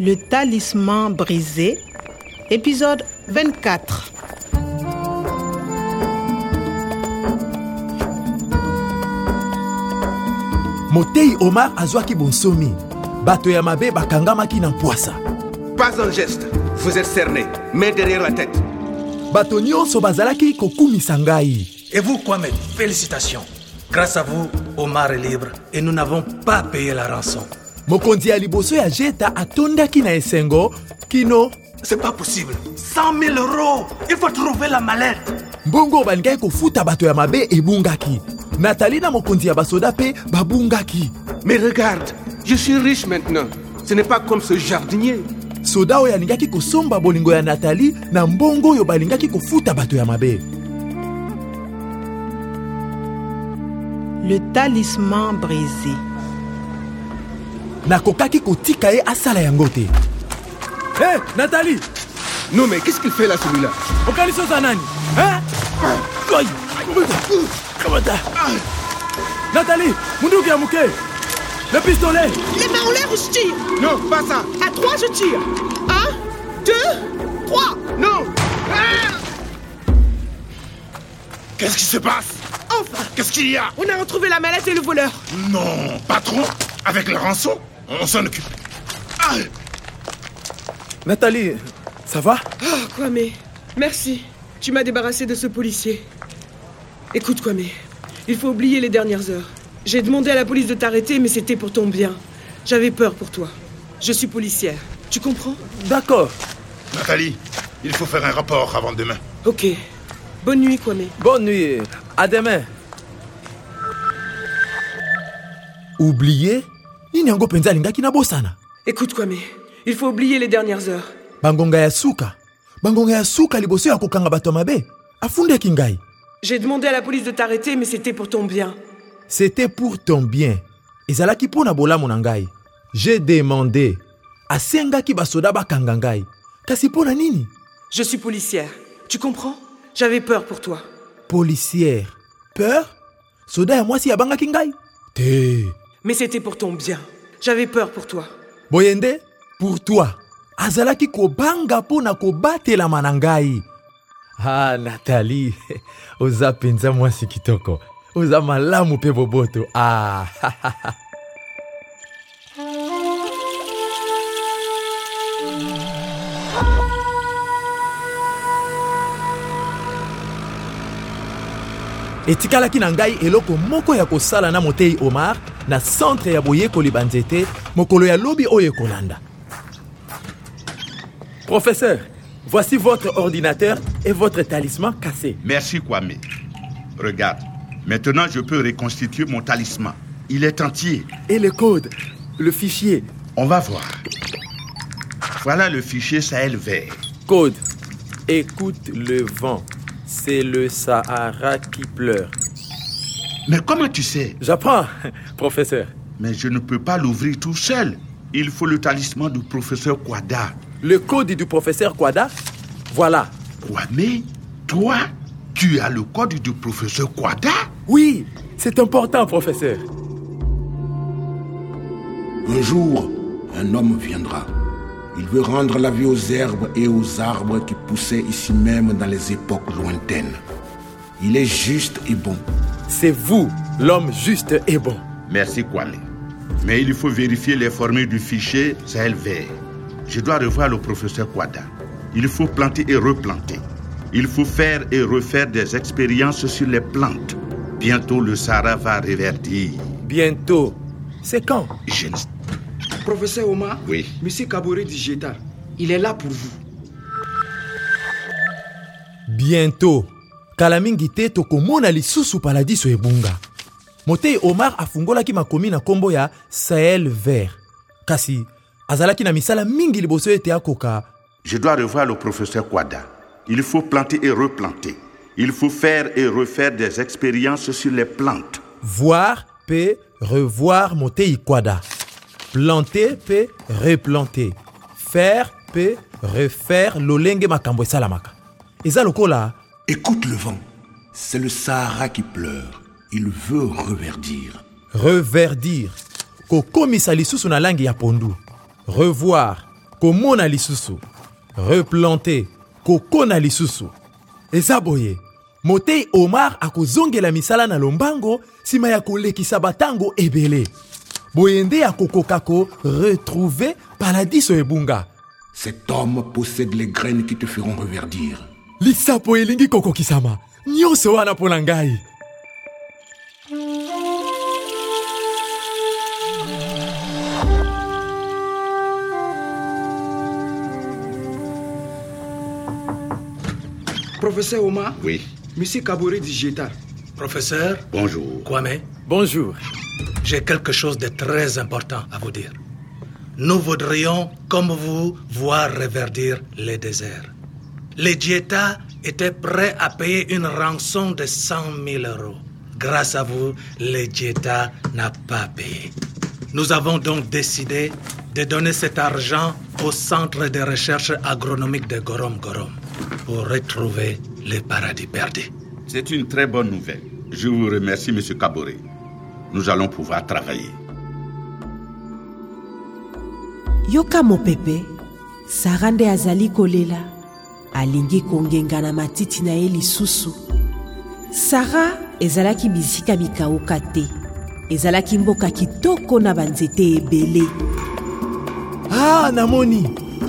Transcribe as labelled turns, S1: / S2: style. S1: Le talisman brisé, épisode 24.
S2: moteyi omar azwaki bonsomi bato ya mabe bakangamaki na mpwasa
S3: Pas un geste. Vous êtes cerné, main derrière la tête.
S2: bato nyonso bazalaki kokumisa ngai
S4: Et vous, Kwame, félicitations. Grâce à vous, Omar est libre et nous n'avons pas payé la rançon.
S2: mokonzi ya liboso ya jeta atondaki na esengo kino
S4: C'est pas possible. 100 000 euros Il faut trouver la mallette.
S2: mbongo balingaki kofuta bato ya mabe ebungaki natali na mokonzi ya basoda mpe babungaki
S3: Mais regarde, je suis riche maintenant. Ce n'est pas comme ce jardinier.
S2: soda oyo alingaki kosomba bolingo ya natali na mbongo oyo balingaki kofuta bato ya mabe
S1: Le talisman brisé.
S2: nakokaki kotika ye asala yango te hey, natali
S3: Non, mais qu'est-ce qu'il fait là, celui-là
S2: okanisi oza nani kamata natali munduku ya moke le pistolet
S5: Les mains en l'air ou je tire
S3: Non, pas ça.
S5: À trois, je tire. Un, deux, trois. Ah
S3: Non Qu'est-ce qui se passe
S5: Enfin,
S6: Qu'est-ce qu'il y a
S5: on a retrouvé la mallette et le voleur.
S6: Non, patron, avec la rançon, on s'en occupe. Ah,
S2: natali ça va
S5: Oh, Kwame, merci. Tu m'as débarrassé de ce policier. Écoute, Kwame, il faut oublier les dernières heures. J'ai demandé à la police de t'arrêter, mais c'était pour ton bien. J'avais peur pour toi. Je suis policière. Tu comprends
S2: d'accord
S6: Nathalie, il faut faire un rapport avant demain.
S5: Ok. Bonne nuit, Kwame.
S2: bonne nuit à demain oublié nini yango mpenza alingaki nabosana
S5: Écoute, Kwame, il faut oublier les dernières heures.
S2: bangonga ya suka bangonga ya suka liboso ya kokanga bato ya mabe afundaki ngai
S5: J'ai demandé à la police de t'arrêter, mais c'était pour ton bien.
S2: C'était pour ton bien. ezalaki mpo na bolamu na ngai j'ai demandé asengaki basoda bakanga ngai kasi mpo na nini
S5: Je suis policière. Tu comprends J'avais peur pour toi.
S2: policière peur soda ya mwasi abangaki ngai te
S5: Mais c'était pour ton bien. J'avais peur pour toi.
S2: boye nde pour toi azalaki kobanga mpo na kobatelama na ngai ah natali oza mpenza mwasi kitoko oza malamu mpe boboto ah. etikalaki na ngai eloko moko ya kosala na motei omar na centre ya boyekoli banzete mokolo ya lobi oyo ekolanda professeur voici votre ordinateur et votre talisman cassé
S6: Merci, Kwame. Regarde, maintenant je peux reconstituer mon talisman. Il est entier.
S2: et le code le fichier
S6: On va voir. Voilà le fichier Sahel vert.
S2: code écoute le vent c'est le sahara qui pleure
S6: Mais comment tu sais
S2: j'apprends professeur
S6: Mais je ne peux pas l'ouvrir tout seul. Il faut le talisman du professeur Kwada.
S2: le code du professeur Kwada voilà
S6: Kwame, toi, tu as le code du professeur Kwada
S2: oui c'est important professeur
S7: Un jour, un homme viendra. Il veut rendre la vie aux herbes et aux arbres qui poussaient ici même dans les époques lointaines. Il est juste et bon.
S2: c'est vous l'homme juste et bon
S6: Merci Kwame. Mais il faut vérifier les formules du fichier Sahel vert. Je dois revoir le professeur Kwada. Il faut planter et replanter. Il faut faire et refaire des expériences sur les plantes. Bientôt le Sahara va reverdir.
S2: bientôt c'est quand
S6: Je ne-
S8: Professeur Omar,
S6: Oui.
S8: Monsieur Kabore Digeta, il est là pour vous.
S2: bientôt kala mingi te tokomona lisusu paladiso ebunga motei omar afungolaki makomi na nkombo ya sahel vert kasi azalaki na misala mingi liboso ete akoka
S6: Je dois revoir le professeur Kwada. Il faut planter et replanter. Il faut faire et refaire des expériences sur les plantes.
S2: voir mpe revoir motei kwada planter mpe replanter faire mpe refaire lolenge makambo esalamaka eza lokola
S7: Écoute le vent. C'est le Sahara qui pleure. Il veut reverdir.
S2: reverdir kokomisa lisusu na langi ya pondu revoir komona lisusu replante kokona lisusu eza boye motei omar akozongela misala na lombango nsima ya kolekisa batango ebele boye nde akokoka koretrouve paladiso ebunga
S7: Cet homme possède les graines qui te feront reverdir.
S2: lisapo elingi kokokisama nyonso wana mpo na ngai
S8: Professeur Omar,
S6: Oui,
S8: Monsieur Kabore dit Jeta.
S4: Professeur
S6: bonjour.
S4: Kwame,
S9: Bonjour.
S4: j'ai quelque chose de très important à vous dire. Nous voudrions, comme vous, voir reverdir les déserts. Les Dieta étaient prêts à payer une rançon de 100 000 euros. Grâce à vous, les Dieta n'a pas payé. Nous avons donc décidé de donner cet argent au Centre de recherche agronomique de Gorom Gorom pour retrouver le paradis perdu.
S6: C'est une très bonne nouvelle. Je vous remercie, Monsieur Kabore. Nous allons pouvoir travailler.
S10: yoka mopepe sara nde azali kolela alingi kongenga na matiti na ye lisusu sara ezalaki bisika mikauka te ezalaki mboka kitoko na banzete ebele
S2: ah namoni